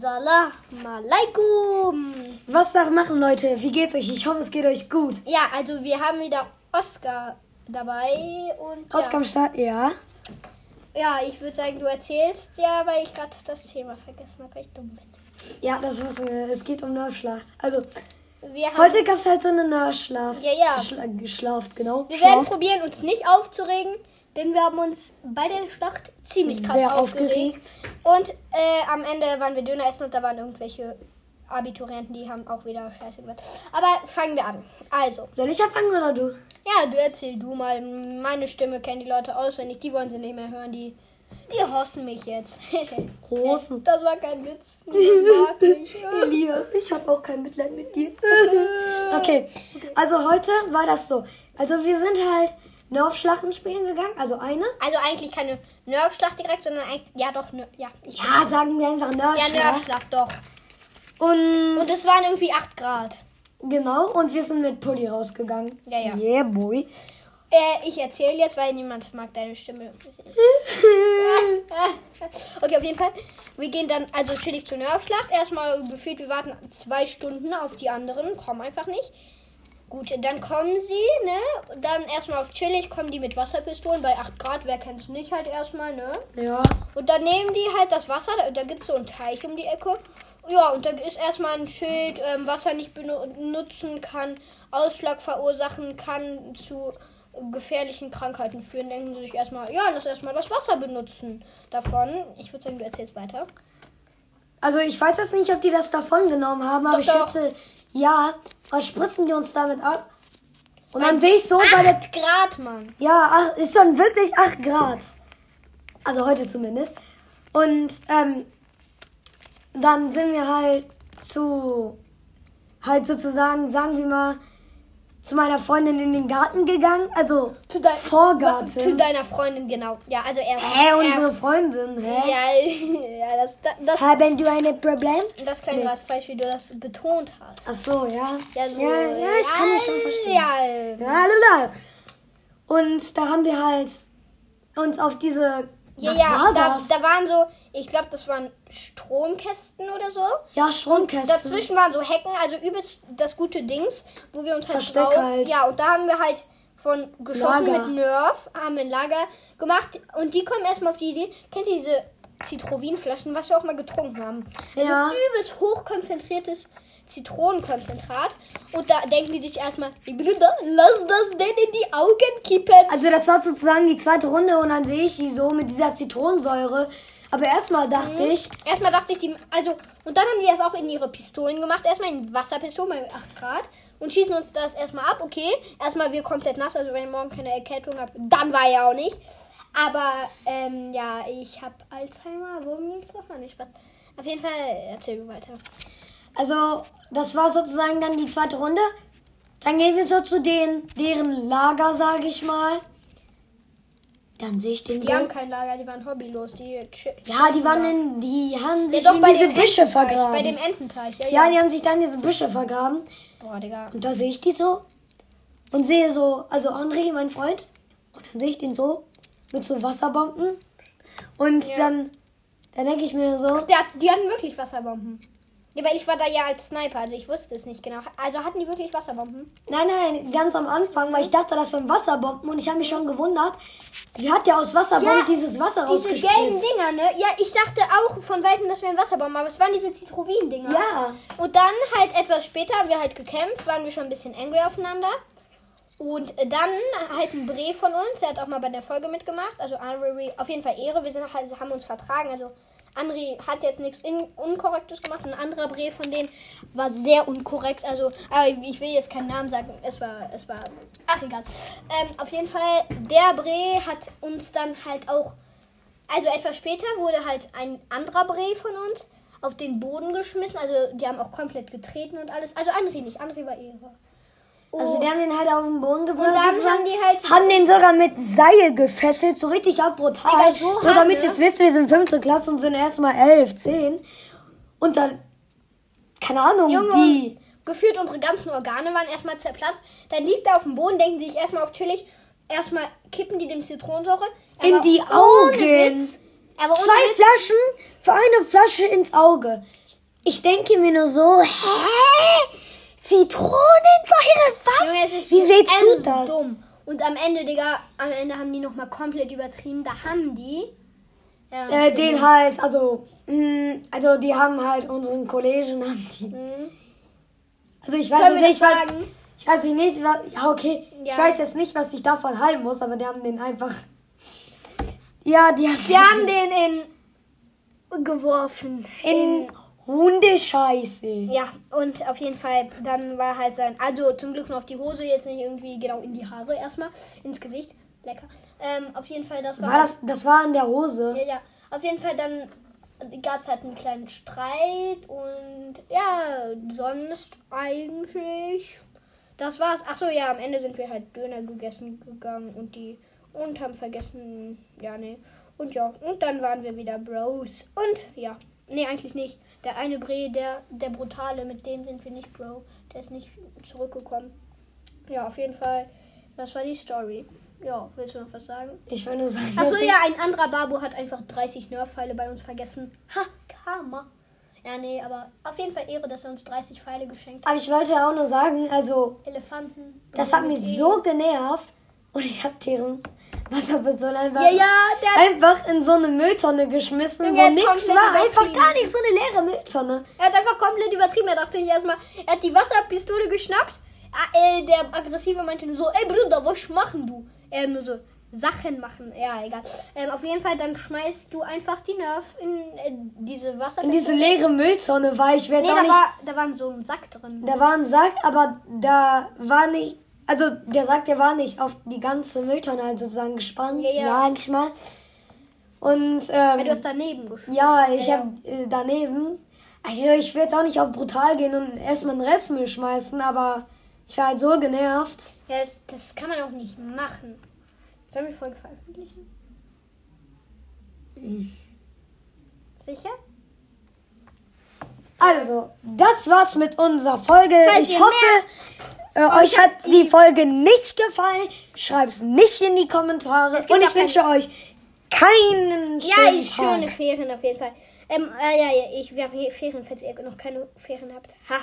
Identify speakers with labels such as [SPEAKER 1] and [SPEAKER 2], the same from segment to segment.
[SPEAKER 1] Salam alaikum.
[SPEAKER 2] Was sag machen, Leute? Wie geht's euch? Ich hoffe, es geht euch gut.
[SPEAKER 1] Ja, also wir haben wieder Oscar dabei und
[SPEAKER 2] Oscar am Start? Ja.
[SPEAKER 1] ja, ja ich würde sagen, du erzählst ja, weil ich gerade das Thema vergessen habe, weil ich dumm bin.
[SPEAKER 2] Ja, das wissen wir. Es geht um Nörschlacht. Also,
[SPEAKER 1] Wir haben,
[SPEAKER 2] heute gab's halt so eine Nörschlaft.
[SPEAKER 1] Ja, ja.
[SPEAKER 2] Schla geschlaft, genau.
[SPEAKER 1] wir werden
[SPEAKER 2] Schlaft.
[SPEAKER 1] probieren, uns nicht aufzuregen, denn wir haben uns bei der Schlacht ziemlich krass
[SPEAKER 2] Sehr
[SPEAKER 1] aufgeregt.
[SPEAKER 2] aufgeregt.
[SPEAKER 1] Und äh, am Ende waren wir Döner essen und da waren irgendwelche Abiturienten, die haben auch wieder Scheiße gemacht. Aber fangen wir an. Also,
[SPEAKER 2] Soll ich anfangen oder du?
[SPEAKER 1] Ja, du erzähl du mal. Meine Stimme kennen die Leute auswendig. Die wollen sie nicht mehr hören. Die, die horsten mich jetzt.
[SPEAKER 2] Hosen.
[SPEAKER 1] Das war kein Witz. Mag ich.
[SPEAKER 2] Elias, ich habe auch kein Mitleid mit dir. okay, also heute war das so. Also wir sind halt Nörfschlachten spielen gegangen, also eine.
[SPEAKER 1] Also eigentlich keine Nerfschlacht direkt, sondern eigentlich, ja doch, Ner- ja. Ich,
[SPEAKER 2] Ja, sagen wir einfach
[SPEAKER 1] ja,
[SPEAKER 2] Nörfschlacht.
[SPEAKER 1] Nerfschlacht, doch.
[SPEAKER 2] Und,
[SPEAKER 1] Und es waren irgendwie 8 Grad.
[SPEAKER 2] genau, und wir sind mit Pulli rausgegangen.
[SPEAKER 1] Ja, ja.
[SPEAKER 2] Yeah, boy.
[SPEAKER 1] Äh, ich erzähle jetzt, weil niemand mag deine Stimme. okay, auf jeden Fall. Wir gehen dann also chillig zur Nerfschlacht. Erstmal gefühlt, wir warten zwei Stunden auf die anderen, kommen einfach nicht. Gut, dann kommen sie, ne? Dann erstmal auf chillig kommen die mit Wasserpistolen bei 8 Grad, wer kennt's nicht halt erstmal, ne?
[SPEAKER 2] ja.
[SPEAKER 1] Und dann nehmen die halt das Wasser, da, da gibt es so einen Teich um die Ecke. Ja, und da ist erstmal ein Schild, ähm, Wasser nicht benutzen kann, Ausschlag verursachen kann, zu gefährlichen Krankheiten führen. Denken sie sich erstmal, ja, lass erstmal das Wasser benutzen davon. Ich würde sagen, du erzählst weiter.
[SPEAKER 2] Also ich weiß jetzt nicht, ob die das davon genommen haben, aber
[SPEAKER 1] Doch,
[SPEAKER 2] ich
[SPEAKER 1] doch.
[SPEAKER 2] schätze, ja, dann spritzen die uns damit ab. Und dann sehe ich so, bei der,
[SPEAKER 1] Acht Grad, Mann.
[SPEAKER 2] ja, ach, ist dann wirklich 8 Grad. Also heute zumindest. Und ähm, dann sind wir halt zu, halt sozusagen, sagen wir mal, zu meiner Freundin in den Garten gegangen. Also
[SPEAKER 1] Zu dein-
[SPEAKER 2] Vorgarten.
[SPEAKER 1] Zu deiner Freundin, genau. Ja, also er.
[SPEAKER 2] Hä,
[SPEAKER 1] er-
[SPEAKER 2] unsere Freundin, hä?
[SPEAKER 1] Ja, ja, das, das,
[SPEAKER 2] Haben du ein Problem?
[SPEAKER 1] das klang gerade falsch, wie du das betont hast.
[SPEAKER 2] Ach so, ja.
[SPEAKER 1] Ja, so,
[SPEAKER 2] ja, ja, ich kann das schon verstehen.
[SPEAKER 1] Ja,
[SPEAKER 2] Lalala. Und da haben wir halt uns auf diese.
[SPEAKER 1] Ja,
[SPEAKER 2] was
[SPEAKER 1] ja,
[SPEAKER 2] war
[SPEAKER 1] da,
[SPEAKER 2] das?
[SPEAKER 1] da waren so, ich glaube, das waren Stromkästen oder so.
[SPEAKER 2] ja, Stromkästen.
[SPEAKER 1] Dazwischen waren so Hecken, also übelst das gute Dings, wo wir uns halt
[SPEAKER 2] Versteck
[SPEAKER 1] drauf.
[SPEAKER 2] halt.
[SPEAKER 1] Ja, und da haben wir halt von geschossen
[SPEAKER 2] Lager.
[SPEAKER 1] mit Nerf, haben ein Lager gemacht und die kommen erstmal auf die Idee, kennt ihr diese Zitruvinflaschen, was wir auch mal getrunken haben?
[SPEAKER 2] Ja.
[SPEAKER 1] Also übelst hochkonzentriertes Zitronenkonzentrat und da denken die dich erstmal, Bruder, lass das denn in die Augen kippen.
[SPEAKER 2] Also, das war sozusagen die zweite Runde und dann sehe ich die so mit dieser Zitronensäure. Aber erstmal dachte
[SPEAKER 1] Mhm.
[SPEAKER 2] ich,
[SPEAKER 1] Erstmal dachte ich, die. Also, und dann haben die das auch in ihre Pistolen gemacht. Erstmal in Wasserpistolen bei 8 Grad. Und schießen uns das erstmal ab. Okay, erstmal wir komplett nass. Also, wenn ihr morgen keine Erkältung habt, dann war ja auch nicht. Aber, ähm, ja, ich habe Alzheimer. Worum ging's nochmal? Nicht Spaß. Auf jeden Fall erzähl du weiter.
[SPEAKER 2] also, das war sozusagen dann die zweite Runde. Dann gehen wir so zu den, deren Lager, sage ich mal. Dann sehe ich den
[SPEAKER 1] Die
[SPEAKER 2] so.
[SPEAKER 1] haben kein Lager, die waren hobbylos. Die chi-
[SPEAKER 2] Ja, die waren in, die haben
[SPEAKER 1] Ja,
[SPEAKER 2] sich
[SPEAKER 1] doch,
[SPEAKER 2] in
[SPEAKER 1] bei
[SPEAKER 2] diese
[SPEAKER 1] dem
[SPEAKER 2] Büsche
[SPEAKER 1] Ententeich, Bei dem
[SPEAKER 2] vergraben.
[SPEAKER 1] Ententeich, ja.
[SPEAKER 2] Ja,
[SPEAKER 1] ja.
[SPEAKER 2] die haben sich dann in diese Büsche vergraben.
[SPEAKER 1] Boah, Digga.
[SPEAKER 2] Und da sehe ich die so und sehe so, also André, mein Freund, und dann sehe ich den so mit so Wasserbomben. Und
[SPEAKER 1] Ja.
[SPEAKER 2] dann, dann denke ich mir so,
[SPEAKER 1] Der, hat- die hatten wirklich Wasserbomben. Ja, weil ich war da ja als Sniper, also ich wusste es nicht genau. Also hatten die wirklich Wasserbomben?
[SPEAKER 2] nein, nein, ganz am Anfang, weil ich dachte, das waren Wasserbomben und ich habe mich schon gewundert, wie hat der aus Wasserbomben
[SPEAKER 1] Ja,
[SPEAKER 2] dieses Wasser
[SPEAKER 1] Diese gelben
[SPEAKER 2] rausgespritzt?
[SPEAKER 1] Dinger, ne? Ja, ich dachte auch von Weitem, das wären Wasserbomben, aber es waren diese Zitrovin-Dinger.
[SPEAKER 2] Ja.
[SPEAKER 1] Und dann halt etwas später haben wir halt gekämpft, waren wir schon ein bisschen angry aufeinander. Und äh, dann halt ein Bre von uns, der hat auch mal bei der Folge mitgemacht. Also André, auf jeden Fall Ehre, wir sind halt, haben uns vertragen. Also André hat jetzt nichts in, Unkorrektes gemacht. Ein anderer Bre von denen war sehr unkorrekt. Also, aber ich will jetzt keinen Namen sagen, es war, es war, ach egal. Ähm, auf jeden Fall, der Bre hat uns dann halt auch also etwas später wurde halt ein anderer Brei von uns auf den Boden geschmissen. Also die haben auch komplett getreten und alles. Also André nicht, André war Ehre.
[SPEAKER 2] Also die haben den halt auf den Boden gebracht.
[SPEAKER 1] dann
[SPEAKER 2] sozusagen,
[SPEAKER 1] haben die halt-
[SPEAKER 2] haben den sogar mit Seil gefesselt, so richtig auch brutal.
[SPEAKER 1] Digga, so
[SPEAKER 2] Nur
[SPEAKER 1] hart,
[SPEAKER 2] damit
[SPEAKER 1] ne?
[SPEAKER 2] ihr es wisst, wir sind fünfte Klasse und sind erstmal elf, zehn. Und dann, keine Ahnung,
[SPEAKER 1] Junge,
[SPEAKER 2] die...
[SPEAKER 1] gefühlt unsere ganzen Organe waren erstmal zerplatzt. Dann liegt er auf dem Boden, denken sich erstmal auf chillig. Erstmal kippen die dem Zitronensäure.
[SPEAKER 2] In
[SPEAKER 1] Aber
[SPEAKER 2] die
[SPEAKER 1] ohne
[SPEAKER 2] Augen.
[SPEAKER 1] Witz, Aber ohne
[SPEAKER 2] Zwei
[SPEAKER 1] Witz,
[SPEAKER 2] Flaschen für eine Flasche ins Auge. Ich denke mir nur so, hä? Zitronensäure, was?
[SPEAKER 1] Junge, es ist
[SPEAKER 2] Wie willst
[SPEAKER 1] also
[SPEAKER 2] du das?
[SPEAKER 1] dumm. Und am Ende, Digga, am Ende haben die nochmal komplett übertrieben. Da haben die. Ja,
[SPEAKER 2] Äh,
[SPEAKER 1] so
[SPEAKER 2] den
[SPEAKER 1] dumm.
[SPEAKER 2] halt, also, mh, also die haben halt unseren Kollegen, haben die.
[SPEAKER 1] Mhm.
[SPEAKER 2] Also ich weiß
[SPEAKER 1] Sollen
[SPEAKER 2] jetzt
[SPEAKER 1] wir
[SPEAKER 2] nicht,
[SPEAKER 1] das
[SPEAKER 2] was.
[SPEAKER 1] sagen?
[SPEAKER 2] Ich weiß nicht, was. Ja, okay. Ich
[SPEAKER 1] Ja.
[SPEAKER 2] weiß jetzt nicht, was ich davon halten muss, aber die haben den einfach. Ja, die haben
[SPEAKER 1] Die haben den in. geworfen.
[SPEAKER 2] in Hundescheiße.
[SPEAKER 1] Ja, und auf jeden Fall, dann war halt sein. Also zum Glück nur auf die Hose, jetzt nicht irgendwie genau in die Haare erstmal. Ins Gesicht. Lecker. Ähm, auf jeden Fall, das war.
[SPEAKER 2] War das, das war in der Hose.
[SPEAKER 1] Ja, ja. Auf jeden Fall, dann gab es halt einen kleinen Streit und ja, sonst eigentlich. Das war's. Achso, ja, am Ende sind wir halt Döner gegessen gegangen und die. Und haben vergessen. Ja, nee. Und ja, und dann waren wir wieder Bros. Und ja. Nee, eigentlich nicht. Der eine Bre, der, der Brutale, mit dem sind wir nicht Bro. Der ist nicht zurückgekommen. Ja, auf jeden Fall. Das war die Story. Ja, willst du noch was sagen?
[SPEAKER 2] Ich will nur sagen.
[SPEAKER 1] Achso,
[SPEAKER 2] dass ich-
[SPEAKER 1] ja, ein anderer Babo hat einfach 30 Nerf-Pfeile bei uns vergessen. Ha, Karma. Ja, nee, aber auf jeden Fall Ehre, dass er uns 30 Pfeile geschenkt hat.
[SPEAKER 2] Aber ich wollte auch nur sagen, also,
[SPEAKER 1] Elefanten. E.
[SPEAKER 2] das hat mich
[SPEAKER 1] Bären,
[SPEAKER 2] so genervt. Und ich hab deren Wasserpistole einfach,
[SPEAKER 1] Ja, ja, der hat,
[SPEAKER 2] einfach in so eine Mülltonne geschmissen,
[SPEAKER 1] Junge,
[SPEAKER 2] wo
[SPEAKER 1] hat
[SPEAKER 2] nichts
[SPEAKER 1] komplett
[SPEAKER 2] war. Einfach
[SPEAKER 1] übertrieben.
[SPEAKER 2] gar nichts, so eine leere Mülltonne.
[SPEAKER 1] er hat einfach komplett übertrieben. Er dachte sich erstmal, er hat die Wasserpistole geschnappt. Ah, äh, der Aggressive meinte nur so, ey Bruder, was machen du? Er nur so, Sachen machen. Ja, egal. Ähm, auf jeden Fall, dann schmeißt du einfach die Nerf in äh, diese
[SPEAKER 2] In
[SPEAKER 1] Wasserpistole.
[SPEAKER 2] diese leere Mülltonne war ich, wäre
[SPEAKER 1] nee,
[SPEAKER 2] jetzt
[SPEAKER 1] da,
[SPEAKER 2] auch nicht.
[SPEAKER 1] war, da war so ein Sack drin.
[SPEAKER 2] Da war ein Sack, aber da war nicht. Also der Sack, der war nicht auf die ganze Mülltonne halt sozusagen gespannt,
[SPEAKER 1] Ja,
[SPEAKER 2] ja,
[SPEAKER 1] ja.
[SPEAKER 2] sag ich mal. Und
[SPEAKER 1] Weil du hast
[SPEAKER 2] ähm,
[SPEAKER 1] daneben geschossen.
[SPEAKER 2] ja, ich
[SPEAKER 1] ja.
[SPEAKER 2] hab äh, daneben. Also ich will jetzt auch nicht auf brutal gehen und erstmal einen Restmüll schmeißen, aber ich war halt so genervt.
[SPEAKER 1] Ja, das- das kann man auch nicht machen. Sollen wir die Folge veröffentlichen? Sicher?
[SPEAKER 2] Also, das war's mit unserer Folge.
[SPEAKER 1] Falls
[SPEAKER 2] ich
[SPEAKER 1] ihr
[SPEAKER 2] hoffe, äh, euch hat die Folge nicht gefallen. Schreibt's nicht in die Kommentare.
[SPEAKER 1] gibt
[SPEAKER 2] Und
[SPEAKER 1] auch
[SPEAKER 2] ich
[SPEAKER 1] kein-
[SPEAKER 2] wünsche euch keinen schönen
[SPEAKER 1] Ja, ich-
[SPEAKER 2] Tag.
[SPEAKER 1] schöne Ferien auf jeden Fall. Ähm, äh, ja, ja, ich, wir haben hier Ferien, falls ihr noch keine Ferien habt. Ha!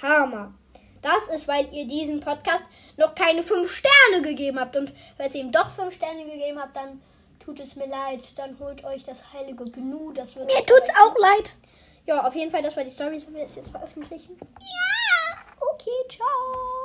[SPEAKER 1] Karma. Das ist, weil ihr diesem Podcast noch keine 5 Sterne gegeben habt. Und falls ihr ihm doch 5 Sterne gegeben habt, dann tut es mir leid. Dann holt euch das heilige Gnu. Das wird
[SPEAKER 2] Mir tut's auch leid.
[SPEAKER 1] Ja, auf jeden Fall, das war die Story. Sollen wir das jetzt veröffentlichen? Ja! Okay, ciao!